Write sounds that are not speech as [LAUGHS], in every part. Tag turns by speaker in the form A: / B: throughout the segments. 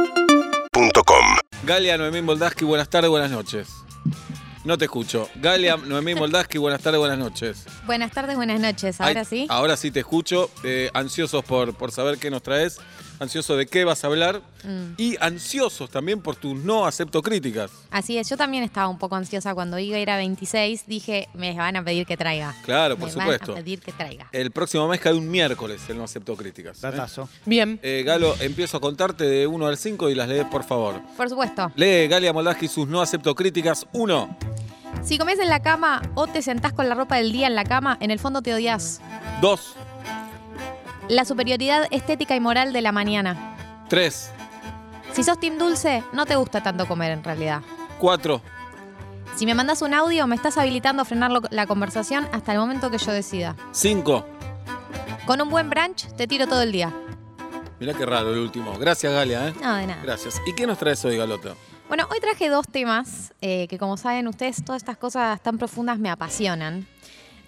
A: UrbanaPlayFM.com
B: Galia Noemí Moldaski, buenas tardes, buenas noches. No te escucho. Galia Noemí Moldaski, buenas tardes, buenas noches.
C: Buenas tardes, buenas noches. [LAUGHS] Ahora
B: Ay, ah.
C: sí.
B: Ahora sí te escucho. Eh, ansiosos por, por saber qué nos traes, ansioso de qué vas a hablar
C: Mm,
B: y ansiosos también por tus no acepto críticas.
C: Así es, yo también estaba un poco ansiosa cuando iba a ir a 26. Dije, me van a pedir que traiga.
B: Claro, por
C: me
B: supuesto. Eh,
C: Van a pedir que traiga.
B: El próximo mes cae un miércoles, el no acepto críticas. ¿eh?
D: Datazo.
E: Bien.
B: Eh, Galo, empiezo a contarte de 1 al 5 y las lees, por favor.
C: Por supuesto.
B: Lee Galia Moldaski sus no acepto críticas. 1.
C: Si comes en la cama o te sentás con la ropa del día en la cama, en el fondo te odias.
B: 2.
C: La superioridad estética y moral de la mañana.
B: 3.
C: Si sos team dulce, no te gusta tanto comer en realidad.
B: 4.
C: Si me mandas un audio, me estás habilitando a frenar lo- la conversación hasta el momento que yo decida.
B: 5.
C: Con un buen brunch, te tiro todo el día.
B: Mirá qué raro el último. Gracias, Galia, ¿eh?
C: No, de nada.
B: Gracias. ¿Y qué nos traes hoy, Galota?
C: Bueno, hoy traje dos temas eh, que como saben ustedes, todas estas cosas tan profundas me apasionan.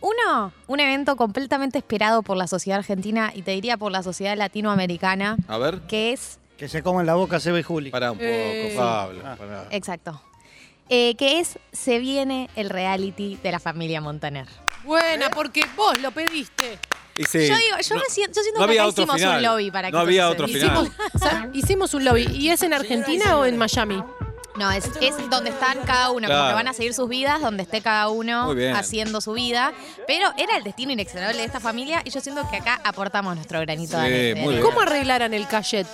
C: Uno, un evento completamente esperado por la sociedad argentina y te diría por la sociedad latinoamericana,
B: A ver,
C: que es,
D: Que se coman la boca Seba y Juli.
B: pará un poco,
E: Eh.
B: Pablo.
D: Ah.
B: pará.
C: exacto, eh, que es Se viene el reality de la familia Montaner.
E: Buena, porque vos lo pediste.
B: Y sí,
C: Yo digo, yo, me siento, yo siento
B: no
C: que
B: había
C: acá
B: otro
C: hicimos
B: final.
C: un lobby para que
B: No
C: esto
B: había
C: suceda.
B: otro final.
E: Hicimos, o sea, hicimos un lobby. ¿Y es en Argentina o en Miami?
C: No, es, es donde están cada uno,
B: Claro.
C: como que van a seguir sus vidas, donde esté cada uno
B: Muy bien.
C: haciendo su vida. Pero era el destino inexorable de esta familia y yo siento que acá aportamos nuestro granito
B: Sí,
C: de arena.
B: muy bien.
E: ¿Cómo arreglaran el cachet?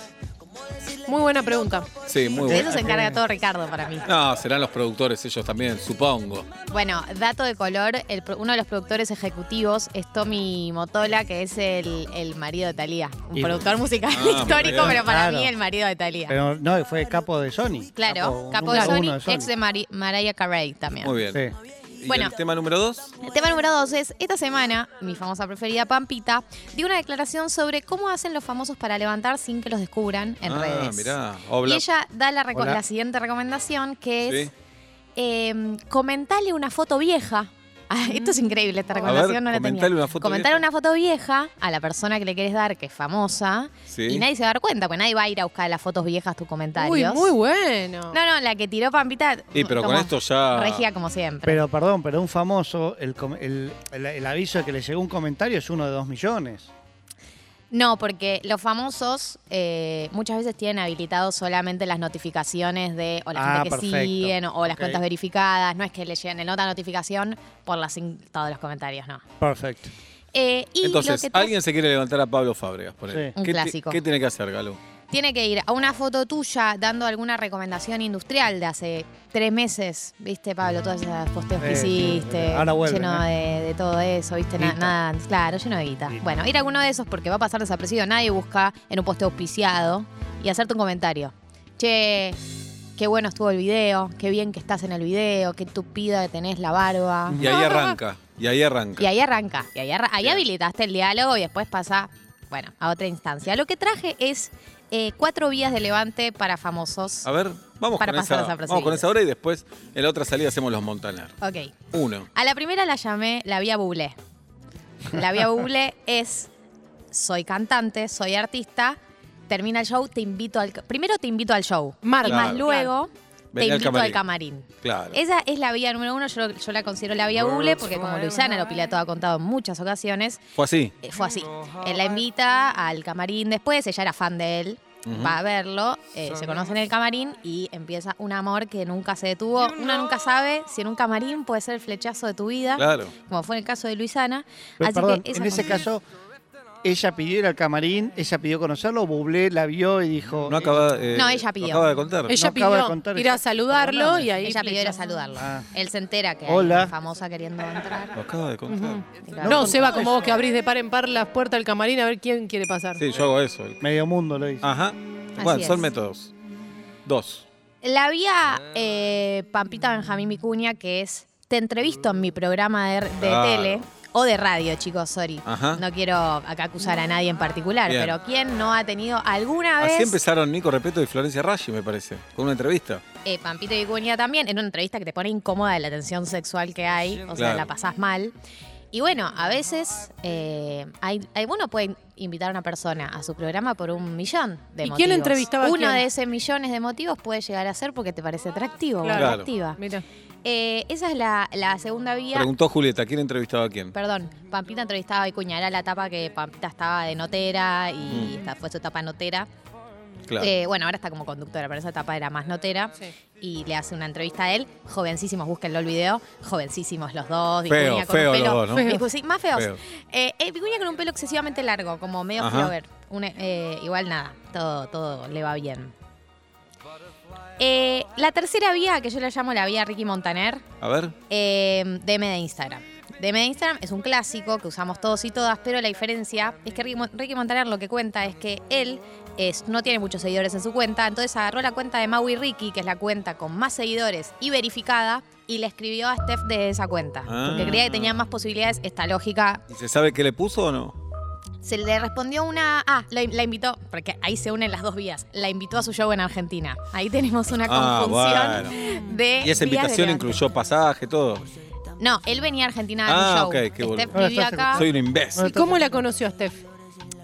E: Muy buena pregunta.
B: sí, muy
C: De eso
B: bueno.
C: se encarga todo Ricardo para mí.
B: No, serán los productores ellos también, supongo.
C: Bueno, dato de color, el pro- uno de los productores ejecutivos es Tommy Motola, que es el, el marido de Talía. Un
D: Y-
C: productor musical
B: Ah, muy
C: histórico,
B: bien.
C: pero para
D: Claro.
C: mí el marido de Talía.
D: Pero no, fue capo de Sony.
C: claro, capo de
D: número
C: Sony,
D: uno
C: ex de Mari- Mariah Carey también.
B: Muy bien.
D: Sí.
B: ¿Y
C: Bueno.
B: el tema número dos?
C: El tema número dos es, esta semana, mi famosa preferida Pampita dio una declaración sobre cómo hacen los famosos para levantar sin que los descubran en
B: ah,
C: redes.
B: mirá.
C: Y
B: Obla-
C: ella da la, reco-
D: Hola.
C: la siguiente recomendación, que es
B: Sí.
C: eh, comentarle una foto vieja. Ah, esto es increíble, esta
E: A ver,
C: recomendación no la tenía.
B: Mm. comentale una foto vieja.
C: Comentarle una foto vieja a la persona que le quieres dar, que es famosa,
B: Sí.
C: y nadie se va a dar cuenta, porque nadie va a ir a buscar las fotos viejas tus comentarios.
E: Uy, muy bueno.
C: No, no, la que tiró Pampita.
B: Y pero con
C: como
B: esto ya...
C: Regia como siempre.
D: Pero perdón, pero un famoso, el, com- el, el- el aviso de que le llegó un comentario es uno de dos millones.
C: No, porque los famosos eh, muchas veces tienen habilitados solamente las notificaciones de o la
D: Ah,
C: gente que
D: perfecto.
C: siguen o, o las
D: Ok.
C: cuentas verificadas. No es que le lleguen el nota notificación por las in- todos los comentarios, no.
D: Perfecto.
C: Eh, y lo
B: Entonces,
C: que tra-
B: alguien se quiere levantar a Pablo Fábregas, por
D: Sí.
B: él.
C: Un clásico.
B: ¿Qué tiene que hacer, Galo?
C: tiene que ir a una foto tuya dando alguna recomendación industrial de hace tres meses, viste, Pablo, todas esas posteos que
D: Eh, sí,
C: hiciste,
D: ahora vuelven,
C: lleno de, de todo eso, viste, Na-
D: Guita.
C: nada, claro, lleno de guita.
D: Guita.
C: Bueno, ir a alguno de esos porque va a pasar desapercibido, nadie busca en un posteo auspiciado y hacerte un comentario. Che, qué bueno estuvo el video, qué bien que estás en el video, qué tupida que tenés la barba.
B: Y ahí arranca. Y ahí arranca.
C: Y ahí arranca, y ahí, arra- ahí habilitaste el diálogo y después pasa, bueno, a otra instancia. Lo que traje es eh, cuatro vías de levante para famosos.
B: A ver, vamos
C: Para
B: con,
C: pasar
B: esa,
C: desapercibido.
B: vamos con esa hora y después en la otra salida hacemos los Montaner.
C: Ok.
B: Uno.
C: A la primera la llamé la vía Bublé. La vía
B: [LAUGHS]
C: Bublé es, soy cantante, soy artista, termina el show, te invito al... Primero te invito al show.
E: Marca.
C: Y más
B: Claro.
C: luego te
B: Vení al
C: invito
B: camarín.
C: al camarín.
B: Claro.
C: Esa es la vía número uno, yo, yo la considero la vía Bublé porque como Luisana Lopilato ha contado en muchas ocasiones,
B: Fue así.
C: Eh, fue así. Él la invita al camarín después, ella era fan de él,
B: Ujú.
C: va a verlo, eh, se conocen en el camarín y empieza un amor que nunca se detuvo. Uno nunca sabe si en un camarín puede ser el flechazo de tu vida,
B: Claro.
C: como fue en el caso de Luisana.
D: Pero
C: Así
D: perdón,
C: que esa
D: en ese
C: cosa-
D: caso, ella pidió ir al camarín, ella pidió conocerlo, Bublé la vio y dijo...
B: No acaba, eh,
C: No, ella pidió.
B: lo acaba de contar.
E: Ella
D: No acaba de
E: pidió
D: contar
E: ir a
D: esa-
E: saludarlo y ahí.
C: Ella pidió ir a
E: flechazo.
C: saludarlo.
D: Ah.
C: Él se entera que
D: Hola.
C: hay una famosa queriendo entrar.
B: Lo acaba de contar.
E: No, Seba, como vos que abrís de par en par las puertas del camarín a ver quién quiere pasar.
B: Sí, yo hago eso.
D: Medio mundo lo hizo.
B: Ajá. bueno,
C: es.
B: son métodos. Dos.
C: La
B: Ah.
C: vía eh, Pampita Benjamín Vicuña, que es te entrevisto en mi programa de, de
B: Claro.
C: tele o de radio, chicos, sorry.
B: Ajá.
C: No quiero acá acusar a nadie en particular,
B: Bien.
C: pero ¿quién no ha tenido alguna
B: Así
C: vez
B: empezaron Nico Repeto y Florencia Raggi, me parece, con una entrevista.
C: eh, Pampita Vicuña también en una entrevista que te pone incómoda de la tensión sexual que hay? O sea,
B: Claro.
C: la pasás mal. Y bueno, a veces eh, hay, hay- uno puede invitar a una persona a su programa por un millón de
E: ¿Y
C: motivos.
E: quién entrevistaba a
C: Uno
E: quién?
C: de esos millones de motivos puede llegar a ser porque te parece atractivo
E: Claro.
C: o atractiva.
E: Mira.
C: Eh, esa es la, la segunda vía.
B: Preguntó Julieta, ¿quién entrevistaba a quién?
C: Perdón, Pampita entrevistaba a Vicuña, era la etapa que Pampita estaba de notera y
B: Mm.
C: esta fue su etapa notera.
B: Claro.
C: Eh, bueno, ahora está como conductora, pero esa etapa era más notera.
E: Sí.
C: Y le hace una entrevista a él, jovencísimos, búsquenlo el video, jovencísimos los dos,
B: Feo,
C: Vicuña con
B: feo
C: un
B: los
C: pelo.
B: dos, ¿no?
C: Vicu- sí, más feos.
B: Feo.
C: Eh, eh, Vicuña con un pelo excesivamente largo, como medio
B: Ajá.
C: flower. Un, eh, igual nada, todo, todo le va bien. Eh, la tercera vía, que yo la llamo la vía Ricky Montaner,
B: A ver.
C: eh, DM de Instagram. DM de Instagram es un clásico que usamos todos y todas, pero la diferencia es que Ricky, Mon- Ricky Montaner lo que cuenta es que él es- no tiene muchos seguidores en su cuenta, entonces agarró la cuenta de Maui Ricky, que es la cuenta con más seguidores y verificada, y le escribió a Steph de esa cuenta,
B: Ah.
C: porque creía que tenía más posibilidades. Esta lógica
B: ¿Y se sabe qué le puso o no?
C: se le respondió una. Ah, la, la invitó, porque ahí se unen las dos vías. La invitó a su show en Argentina. Ahí tenemos una
B: Ah,
C: conjunción de.
B: ¿Y esa
C: vías
B: invitación
C: de
B: incluyó pasaje, todo?
C: levantar. No, él venía a Argentina a
B: Ah,
C: un show.
B: ok, qué boludo.
C: Steph
D: Ahora
C: vivía
D: estás
C: acá.
B: Soy un imbécil.
E: ¿Y cómo la conoció a Steph?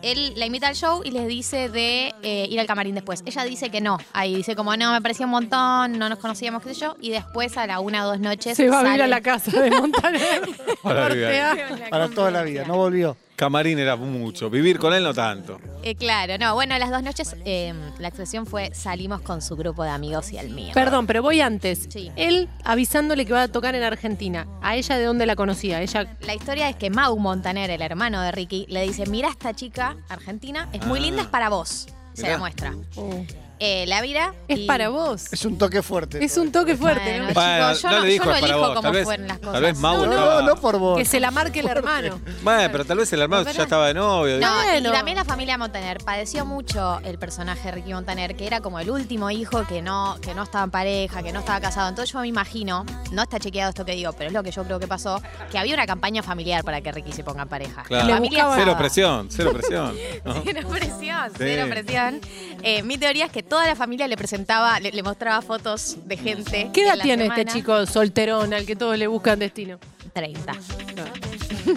C: Él la invita al show y les dice de eh, ir al camarín después. Ella dice que no. Ahí dice como, no, me parecía un montón, no nos conocíamos, qué sé yo. Y después a la una o dos noches.
E: Se va a vivir
C: sale-
E: a
C: [LAUGHS]
E: la casa de Montaner. ah.
B: Para vivir ahí.
E: Cortea.
D: Para toda la vida, no volvió.
B: Camarín era mucho, vivir con él no tanto.
C: Eh, claro, no. Bueno, las dos noches eh, la expresión fue salimos con su grupo de amigos y el mío.
E: Perdón, pero voy antes.
C: Sí.
E: Él avisándole que va a tocar en Argentina. ¿A ella de dónde la conocía? Ella.
C: La historia es que Mau Montaner, el hermano de Ricky, le dice, mira esta chica argentina, es muy
B: Ah.
C: linda, es para vos. Se
B: Mirá.
C: la muestra.
E: uh,
C: Eh, la mira.
E: Es
C: y-
E: para vos.
D: Es un toque fuerte.
E: Es un toque
C: Bueno,
E: fuerte. ¿no?
C: Chicos, yo no- yo no
B: es para
C: elijo
B: vos.
C: cómo
B: tal vez,
C: fueron las cosas.
B: Tal vez Mau
E: No, no,
B: estaba-
D: No, no por vos.
E: Que se la marque
B: [LAUGHS]
E: el hermano.
B: Bueno, pero tal vez el hermano
C: ¿Verdad?
B: ya estaba de novio.
C: No,
B: digo.
E: Bueno.
C: y también la familia Montaner. Padeció mucho el personaje de Ricky Montaner, que era como el último hijo que no, que no estaba en pareja, que no estaba casado. Entonces yo me imagino, no está chequeado esto que digo, pero es lo que yo creo que pasó, que había una campaña familiar para que Ricky se ponga en pareja.
B: Claro.
E: Le
C: La familia
E: buscaba-
B: Cero
C: estaba-
B: presión, cero presión.
C: [LAUGHS]
B: ¿no?
C: Cero presión,
B: Sí.
C: cero presión. Eh, mi teoría es que toda la familia le presentaba, le, le mostraba fotos de gente.
E: ¿Qué
C: de
E: edad
C: la
E: tiene este
C: semana.
E: chico solterón al que todos le buscan destino?
C: 30.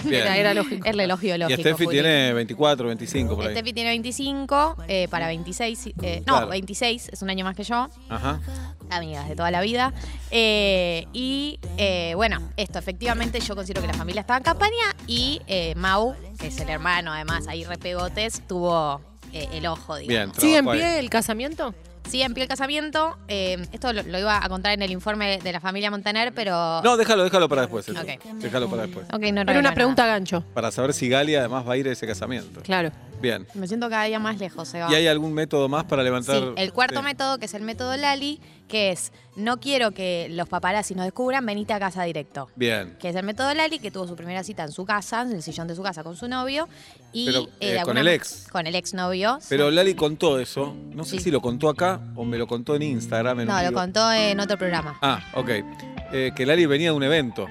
B: Bien.
E: Era, era lógico.
C: El reloj biológico.
B: Y Steffi
C: Juli.
B: tiene 24, 25 por ahí. Mm,
C: Steffi Este tiene 25, eh, para 26. eh, no,
B: Claro.
C: 26, es un año más que yo.
B: Ajá.
C: Amigas de toda la vida. Eh, y eh, bueno, esto, efectivamente, yo considero que la familia estaba en campaña y eh, Mau, que es el hermano, además, ahí repegotes, tuvo eh, el ojo, digamos.
B: Bien.
E: ¿Sigue en
B: Trabajo ahí.
E: pie el casamiento?
C: Sí, en pie el casamiento. eh, esto lo, lo iba a contar en el informe de la familia Montaner, pero.
B: No, déjalo, déjalo para después. eso.
C: Ok.
B: Déjalo para después.
C: Ok, no
E: Era
C: revelo
E: una
C: nada.
E: pregunta gancho.
B: Para saber si Gali además va a ir a ese casamiento.
E: Claro.
B: Bien.
C: Me siento cada día más lejos, Seba.
B: ¿Y hay algún método más para levantar?
C: Sí, el cuarto
B: Sí.
C: método, que es el método Lali, que es no quiero que los paparazzi nos descubran, venite a casa directo.
B: Bien.
C: Que es el método Lali, que tuvo su primera cita en su casa, en el sillón de su casa con su novio. Y,
B: Pero,
C: eh,
B: eh,
C: de
B: con
C: alguna
B: el
C: ma-
B: ex.
C: Con el ex novio.
B: Pero Lali contó eso. No sé
C: Sí.
B: si lo contó acá o me lo contó en Instagram. En un
C: no, lo
B: vivo.
C: contó en otro programa.
B: Ah, ok. Eh, que Lali venía de un evento.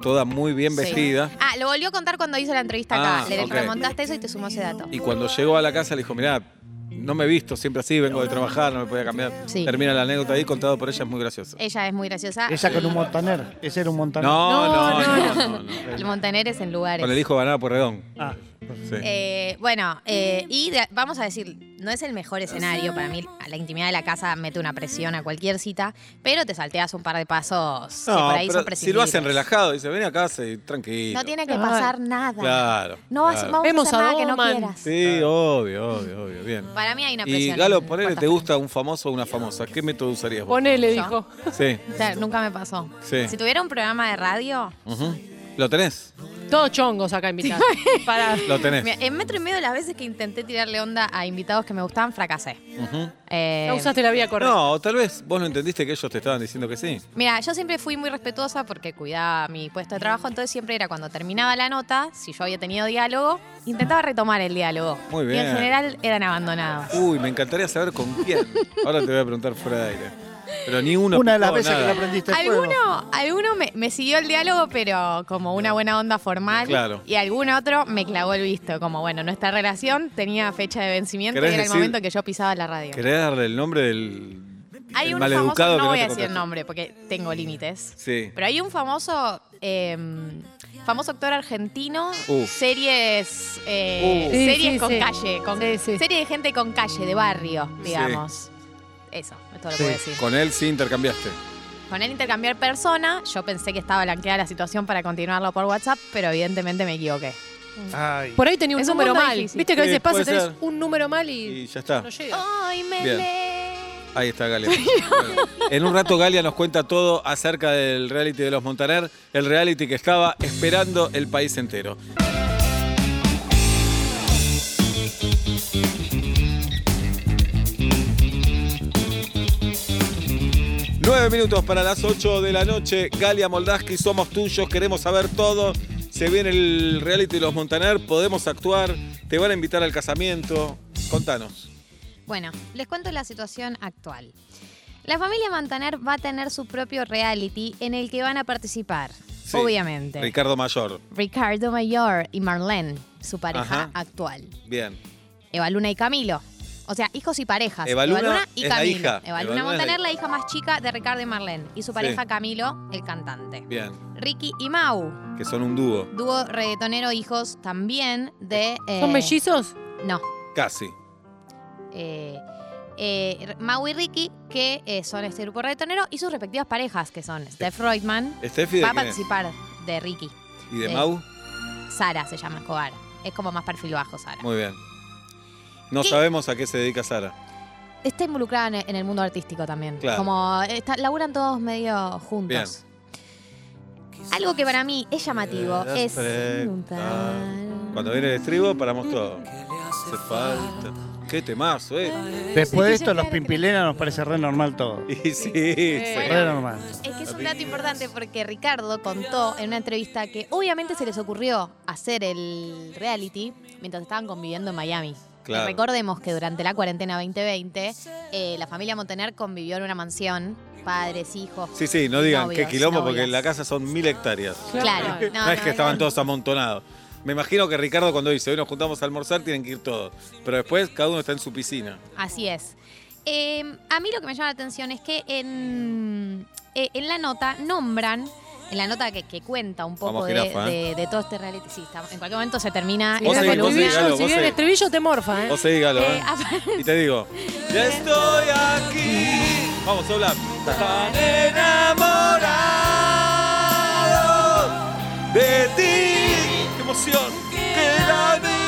B: Toda muy bien
C: Sí.
B: vestida.
C: Ah, lo volvió a contar cuando hizo la entrevista
B: Ah,
C: acá. Le
B: ok.
C: remontaste eso y te sumó ese dato.
B: Y cuando llegó a la casa le dijo, mirá, no me he visto siempre así, vengo de trabajar, no me podía cambiar.
C: Sí.
B: Termina la anécdota ahí, contado por ella, es muy graciosa.
C: Ella es muy graciosa.
D: Esa con un montaner. Ese era un montaner.
B: No, no,
E: No,
B: no, no, no.
C: El Montaner es en lugares.
B: Con el hijo ganaba por redón.
D: Ah,
C: Eh, bueno, eh, y de- vamos a decir, no es el mejor escenario para mí. La intimidad de la casa mete una presión a cualquier cita, pero te salteas un par de pasos que por ahí
B: si
C: son
B: lo hacen
C: prescindibles.
B: relajado, dice, ven a casa y tranquilo.
C: No tiene que
E: Ay,
C: pasar nada.
B: Claro.
C: No vas-
B: claro.
C: vamos
E: Vemos
C: a hacer
E: a
C: nada que no
E: Doman.
C: quieras.
B: Sí, obvio, obvio, obvio. Bien.
C: Para mí hay una
B: Y
C: presión. ¿eh?
B: Galo,
C: en
B: ponele,
C: cuarta
B: ¿te gusta un famoso o una famosa? ¿Qué método usarías vos?
E: Ponele,
C: ¿Yo?
E: dijo.
B: Sí.
C: O sea, nunca me pasó.
B: Sí.
C: Si tuviera un programa de radio,
B: ujú. ¿Lo tenés?
E: Todos chongos acá invitados. Para.
B: Lo tenés.
C: mira, en metro y medio las veces que intenté tirarle onda a invitados que me gustaban, fracasé.
B: Ujú.
C: Eh,
E: No usaste la vía correcta.
B: No, o tal vez vos no entendiste que ellos te estaban diciendo que sí.
C: Mira, yo siempre fui muy respetuosa porque cuidaba mi puesto de trabajo, entonces siempre era cuando terminaba la nota, si yo había tenido diálogo, intentaba retomar el diálogo.
B: Muy
C: Y
B: bien. Uh,
C: en general eran abandonados.
B: Uy, me encantaría saber con quién. Ahora te voy a preguntar fuera de aire. Pero ni uno.
D: una de las
B: picó
D: veces que
B: nada.
D: la aprendiste el juego.
C: Alguno, alguno me, me siguió el diálogo, pero como una buena onda formal.
B: Claro.
C: Y algún otro me clavó el visto, como bueno, nuestra relación tenía fecha de vencimiento y
B: ¿Querés
C: era el
B: decir-
C: momento que yo pisaba la radio.
B: ¿Querés darle el nombre del.
C: Hay
B: del
C: un
B: maleducado que
C: famoso, no voy
B: te
C: a decir el
B: contestó?
C: nombre porque tengo límites.
B: Sí.
C: Pero hay un famoso eh, famoso actor argentino,
B: Uh.
C: series, eh,
B: Uh.
E: Sí,
C: series
E: sí,
C: con
E: sí.
C: calle, con,
E: Sí, sí.
C: serie de gente con calle, de barrio,
B: Sí.
C: digamos. Eso, es todo lo
D: Sí.
C: que puedo decir.
B: Con él sí intercambiaste.
C: Con él intercambiar persona, yo pensé que estaba blanqueada la situación para continuarlo por WhatsApp, pero evidentemente me equivoqué.
D: Ay.
E: Por ahí tenía un
C: Es un
E: número
C: mundo
E: mal.
C: difícil.
E: Viste que a
B: Sí,
E: veces pasa,
B: puede
E: tenés
B: ser.
E: un número mal
B: Y
E: y,
B: ya está.
E: no llega.
C: Hoy me
B: Bien.
C: le-
B: Ahí está Galia. Bueno, en un rato Galia nos cuenta todo acerca del reality de los Montaner, el reality que estaba esperando el país entero. Nueve minutos para las 8 de la noche. Galia Moldaski, somos tuyos, queremos saber todo. Se viene el reality de los Montaner, podemos actuar, te van a invitar al casamiento. Contanos.
C: Bueno, les cuento la situación actual. La familia Montaner va a tener su propio reality en el que van a participar,
B: Sí,
C: obviamente.
B: Ricardo Mayor.
C: Ricardo Mayor y Marlene, su pareja
B: Ajá.
C: actual.
B: Bien.
C: Evaluna y Camilo. O sea, hijos y parejas.
B: Eva Luna
C: y
B: es la
C: Camilo.
B: hija.
C: Eva
B: Eva
C: Luna
B: Luna es la
C: Montaner, la hija más chica de Ricardo y Marlene. Y su pareja Camilo, el cantante.
B: Bien,
C: Ricky y Mau,
B: que son un dúo,
C: dúo reggaetonero hijos también de... eh,
E: ¿Son mellizos?
C: No.
B: casi.
C: eh, eh, R- Mau y Ricky, que eh, son este grupo reggaetonero, y sus respectivas parejas, que son Steph Reutemann,
B: Steffi de
C: va a
B: quién es?
C: participar de Ricky.
B: y de
C: eh.
B: Mau,
C: Sara se llama Escobar. Es como más perfil bajo, Sara.
B: muy bien. No
C: ¿Qué?
B: sabemos a qué se dedica Sara.
C: Está involucrada en, en el mundo artístico también.
B: Claro.
C: Como está- laburan todos medio juntos. Algo que para mí es llamativo
B: Quisieras
C: es.
B: preguntar. Cuando viene el estribo, paramos todo. Hace falta. Qué temazo, ¿eh?
D: Después de esto, los pimpilenas nos parece re normal todo.
B: Y sí, sí.
D: Re normal.
C: Es que es un dato importante porque Ricardo contó en una entrevista que obviamente se les ocurrió hacer el reality mientras estaban conviviendo en Miami.
B: Claro.
C: Recordemos que durante la cuarentena 2020 eh, la familia Montaner convivió en una mansión, padres, hijos.
B: Sí, sí, no digan
C: novios,
B: qué quilombo,
C: novias.
B: porque en la casa son mil hectáreas.
C: Claro.
E: Claro.
B: No, es que estaban todos amontonados. Me imagino que Ricardo cuando dice, hoy nos juntamos a almorzar, tienen que ir todos. Pero después cada uno está en su piscina.
C: Así es. Eh, a mí lo que me llama la atención es que en, eh, en la nota nombran, en la nota que, que cuenta un poco
B: Vamos,
C: de,
B: jirafa, ¿eh?
C: de- de todo este reality, sí, está- en cualquier momento se termina
E: Si
B: Vos
C: esta
E: viene
B: seguís,
E: el
B: vos
C: columna.
B: seguís, Galo, vos
E: estribillo, si viene el
B: seguís.
E: estribillo, te morfa, ¿eh?
B: Vos seguí, Galo,
C: Eh,
B: ¿eh? [LAUGHS] Y te digo, ya estoy aquí. Vamos, hola. Tan enamorado de ti. ¡Qué emoción! Que la noche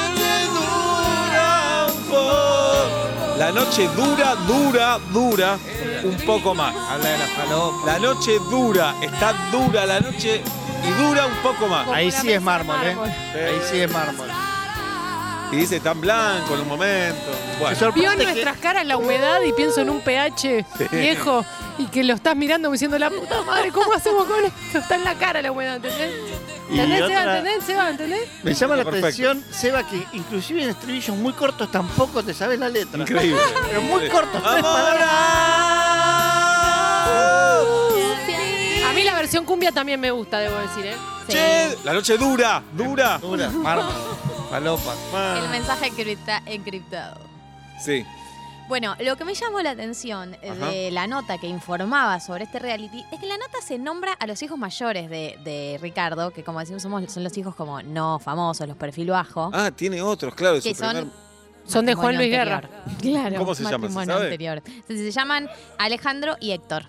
B: dura un poco. La noche dura, dura, dura un poco más.
A: Habla de la falopa.
B: La noche dura, está dura la noche y dura un poco más.
D: Ahí sí es mármol, ¿eh?
E: mármol.
D: Ahí sí es mármol.
B: Y dice tan blanco en un momento.
D: Me
B: Bueno,
E: Vio en
D: sorprende que-
E: nuestras caras la humedad y pienso en un pH viejo y que lo estás mirando como diciendo la puta madre, ¿cómo hacemos con esto? Está en la cara la humedad, ¿entendés?
D: Y
E: ¿Entendés, Seba?
D: otra-
E: ¿Entendés, Seba? ¿Entendés?
D: Me llama la
B: Perfecto.
D: atención, Seba, que inclusive en estribillos muy cortos tampoco te sabes la letra.
B: increíble.
D: Pero muy cortos, tres palabras.
B: Amorado.
E: A mí la versión cumbia también me gusta, debo decir, ¿eh?
B: Che, la noche dura, dura.
D: Dura, mármol, falopa.
C: El mensaje encripta- encriptado.
B: Sí,
C: Bueno, lo que me llamó la atención eh,
B: Ajá.
C: de la nota que informaba sobre este reality es que en la nota se nombra a los hijos mayores de, de Ricardo, que como decimos somos, son los hijos como no famosos, los perfil bajo.
B: Ah, tiene otros, claro. de
C: Que
B: su primer-
C: son-
E: Son de Juan Luis
C: Matrimonio
E: Guerra.
C: anterior. Claro.
B: ¿Cómo se llama? ¿Se
C: matrimonio
B: sabe?
C: anterior. Entonces, se llaman Alejandro y Héctor.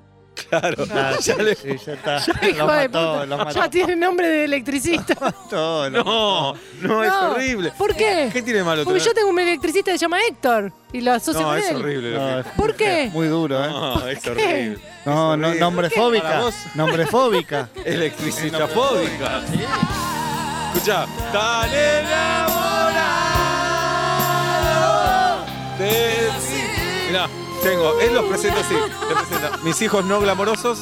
B: Claro. [LAUGHS] Ya le-
D: Ah, Sí, ya está.
E: [LAUGHS] Hijo
D: Lo
E: de
D: mató,
E: puta.
D: lo mató.
E: Ya tiene nombre de
B: [LAUGHS]
E: electricista.
D: Todo, lo
B: No, no, es
E: No.
B: horrible.
E: ¿Por qué?
B: ¿Qué tiene de malo?
E: Porque
B: tener-
E: yo tengo un electricista que se llama Héctor y lo asocio
B: No,
E: con
B: es
E: él.
B: horrible. lo
D: No,
B: que-
D: es-
B: [LAUGHS]
E: ¿Por qué?
D: Muy duro, ¿eh?
B: No, es horrible.
D: No, no,
B: horrible.
D: nombre fóbica.
B: Para vos.
D: Nombre fóbica.
B: [LAUGHS] Electricista fóbica. Escucha. Tan enamorado de ti. Mirá, tengo, él los presenta así. Te presenta. Mis hijos no
D: [LAUGHS]
B: glamorosos,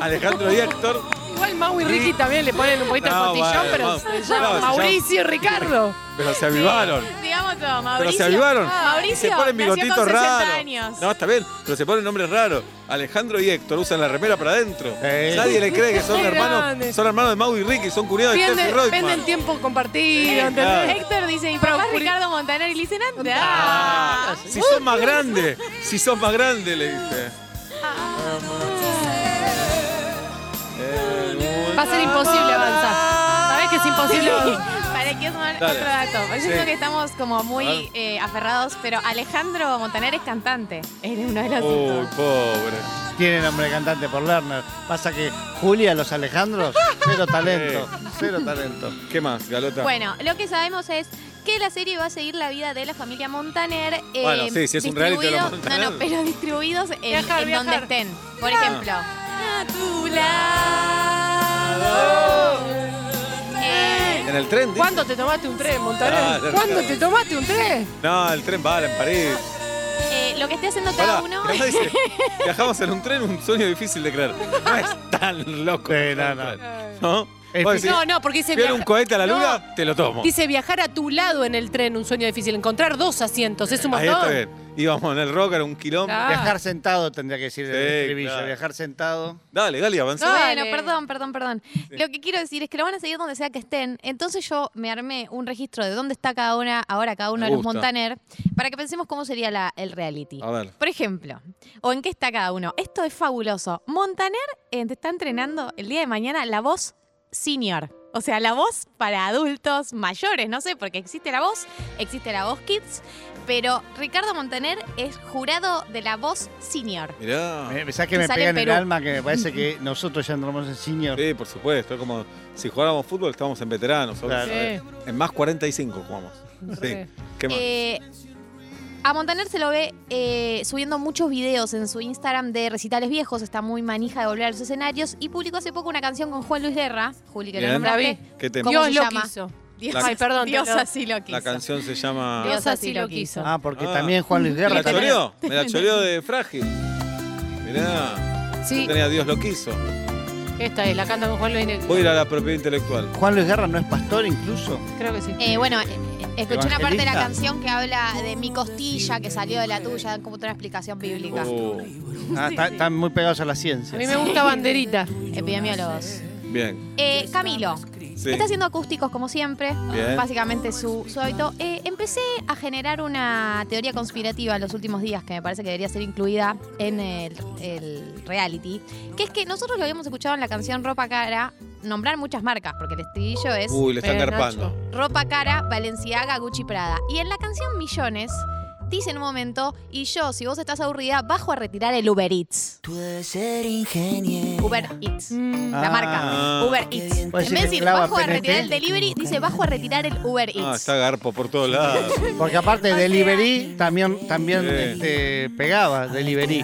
B: Alejandro y Héctor.
E: Igual Mau y Ricky también le ponen un poquito
B: No,
E: el cotillón,
B: bueno,
E: pero
B: Mau.
E: se llama
B: No, se
E: Mauricio y Ricardo.
B: Pero se avivaron.
C: Digamos todo, Mauricio. Ah.
B: Pero se avivaron.
E: Ah,
C: Mauricio
B: se ponen
C: nació
B: bigotitos
C: con 60
B: raros.
C: años.
B: No, está bien, pero se ponen nombres raros. Alejandro y Héctor usan la remera para adentro.
D: Eh.
B: Nadie le cree que son
E: Qué
B: hermanos.
E: grande.
B: Son hermanos de Mau y Ricky, son cuñados de Steffi
E: Venden,
B: Reutemann.
E: venden tiempo compartido,
B: claro.
E: ¿entendés?
C: Héctor dice, mi
E: Pero
C: papá es
E: Juli-
C: Ricardo Montaner y le dicen, anda.
B: Ah, si sos más grande, si sos más grande, le dice. El
E: Va a ser
C: Ah.
E: imposible avanzar. Sabes que es imposible avanzar.
C: Para que es mal-
B: Dale.
C: otro dato. Pues Yo
B: Sí.
C: siento que estamos como muy
B: Claro.
C: eh, aferrados, pero Alejandro Montaner es cantante. Es uno de los
B: Uy,
C: dos.
B: pobre.
D: Tiene nombre de cantante por Lerner. Pasa que Julia, los Alejandros, cero talento. Cero talento.
B: ¿Qué más, Galota?
C: Bueno, lo que sabemos es que la serie va a seguir la vida de la familia Montaner. eh,
B: Bueno, sí, si es un reality de los
C: distribuidos- No,
B: Montaner.
C: no, pero distribuidos en,
E: Viajar,
C: en
E: viajar.
C: donde estén. Por
B: Ah.
C: ejemplo. A tu lado. Eh,
B: ¿En el tren? dice?
E: ¿Cuándo te tomaste un tren,
B: Ah,
E: Montaner?
B: claro.
E: ¿Cuándo te tomaste un tren?
B: No, el tren para en París.
C: eh, lo que esté haciendo
B: Pará,
C: cada uno. [LAUGHS]
B: acá
E: [LAUGHS]
B: dice, viajamos en un tren, un sueño difícil de creer. No es tan loco.
D: Sí,
B: viajar en
D: no, no.
B: tren, ¿No?
D: Es
B: Vos
D: difícil.
B: decís,
E: No, no, porque dice
B: ¿Quiero un
E: viajar-
B: cohete a la
E: No.
B: luna? Te lo tomo.
E: Dice viajar a tu lado en el tren, un sueño difícil. Encontrar dos asientos, es un
B: Ahí está
E: montón.
B: bien. Íbamos en el rocker un kilómetro.
E: Ah.
D: Viajar sentado tendría que decir el
B: Sí,
D: estribillo.
B: claro.
D: Viajar sentado.
B: Dale, dale, avanzá.
E: No.
C: Bueno,
E: Dale.
C: perdón, perdón, perdón. Lo que quiero decir es que lo van a seguir donde sea que estén. Entonces yo me armé un registro de dónde está cada una, ahora cada
B: Me
C: uno de los
B: gusta.
C: Montaner, para que pensemos cómo sería la- el reality.
B: A ver.
C: Por ejemplo, o en qué está cada uno. Esto es fabuloso. Montaner eh, te está entrenando el día de mañana la voz senior. O sea, la voz para adultos mayores, no sé, porque existe la voz, existe la voz kids, pero Ricardo Montaner es jurado de la voz senior.
B: Mirá.
D: Me- ¿Sabes que
C: Que
D: me
C: sale
D: pega
C: en
D: en el
C: Perú.
D: alma? Que me parece que nosotros ya entramos en senior.
B: Sí, por supuesto. Es como si jugáramos fútbol, estábamos en veteranos. ¿sabes?
D: Claro.
E: Sí.
B: En más 45 jugamos. Sí.
E: Re.
B: ¿Qué más?
C: Eh, a Montaner se lo ve eh, subiendo muchos videos en su Instagram de recitales viejos, está muy manija de volver a los escenarios y publicó hace poco una canción con Juan Luis Guerra, Juli, que lo
B: Bien.
C: nombraste.
B: ¿Qué tema?
C: ¿Cómo
E: Dios
C: se
E: lo
C: llama?
E: quiso.
C: Dios,
B: La-
E: Ay, perdón,
C: Dios
E: pero-
C: así lo quiso.
B: La canción se llama.
C: Dios
E: Dios así lo quiso.
D: Ah, porque
B: Ah.
D: también Juan Luis
B: Me
D: Guerra
B: la
C: Tremendo.
D: también.
B: choreó. Me la choreó de frágil. Mirá.
E: Sí,
B: Yo tenía Dios lo quiso.
E: esta es, la canta con Juan Luis Negri.
B: Voy a ir a la propiedad intelectual.
D: Juan Luis Guerra no es pastor incluso.
E: Creo que sí.
C: Eh, bueno, eh, eh, escuché una parte de la
D: Evangelista.
C: canción que habla de mi costilla que salió de la tuya, como toda una explicación bíblica.
B: Oh,
D: Ah, está- Están muy pegados a la
E: A
D: ciencia.
E: mí me gusta Banderita.
C: Epidemiólogos.
B: bien.
C: Eh, Camilo,
B: Sí.
C: Está haciendo acústicos como siempre,
B: Bien.
C: básicamente su, su hábito. Eh, empecé a generar una teoría conspirativa en los últimos días que me parece que debería ser incluida en el, el reality, que es que nosotros lo habíamos escuchado en la canción Ropa Cara nombrar muchas marcas, porque el estribillo es
B: Uy, le están
E: Pero
B: garpando.
C: Ropa Cara, Valenciaga, Gucci Prada. Y en la canción Millones dice en un momento, y yo, si vos estás aburrida, bajo a retirar el Uber Eats.
A: Tú debes ser ingeniero.
C: Uber Eats.
E: Mm.
C: La
D: Ah.
C: marca, Uber Eats. En
D: Puede
C: vez de
D: ser que
C: decir
D: clava
C: bajo a
D: PNT.
C: retirar el delivery, dice bajo a retirar el Uber
B: Ah,
C: Eats.
B: está garpo por todos lados.
D: Porque aparte Delivery también, también
B: Sí.
D: este, pegaba, Delivery.
B: Sí,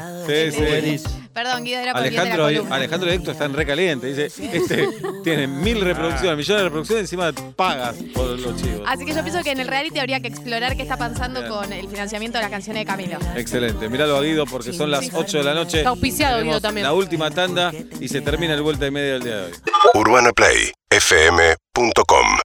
B: sí.
D: Delivery.
C: Perdón, Guido, era consciente
B: Alejandro,
C: de la columna.
B: Alejandro y Héctor están recalientes. Dice, este tiene mil reproducciones, millones de reproducciones, encima pagas por los chivos.
C: Así que yo pienso que en el reality habría que explorar qué está pasando
B: Bien.
C: con el financiamiento de las canciones de Camilo.
B: Excelente, miralo a Guido porque son las 8 de la noche.
E: Está auspiciado
B: Tenemos
E: Guido también.
B: La última tanda y se termina el vuelta y media del día de hoy.
F: UrbanaPlayFM.com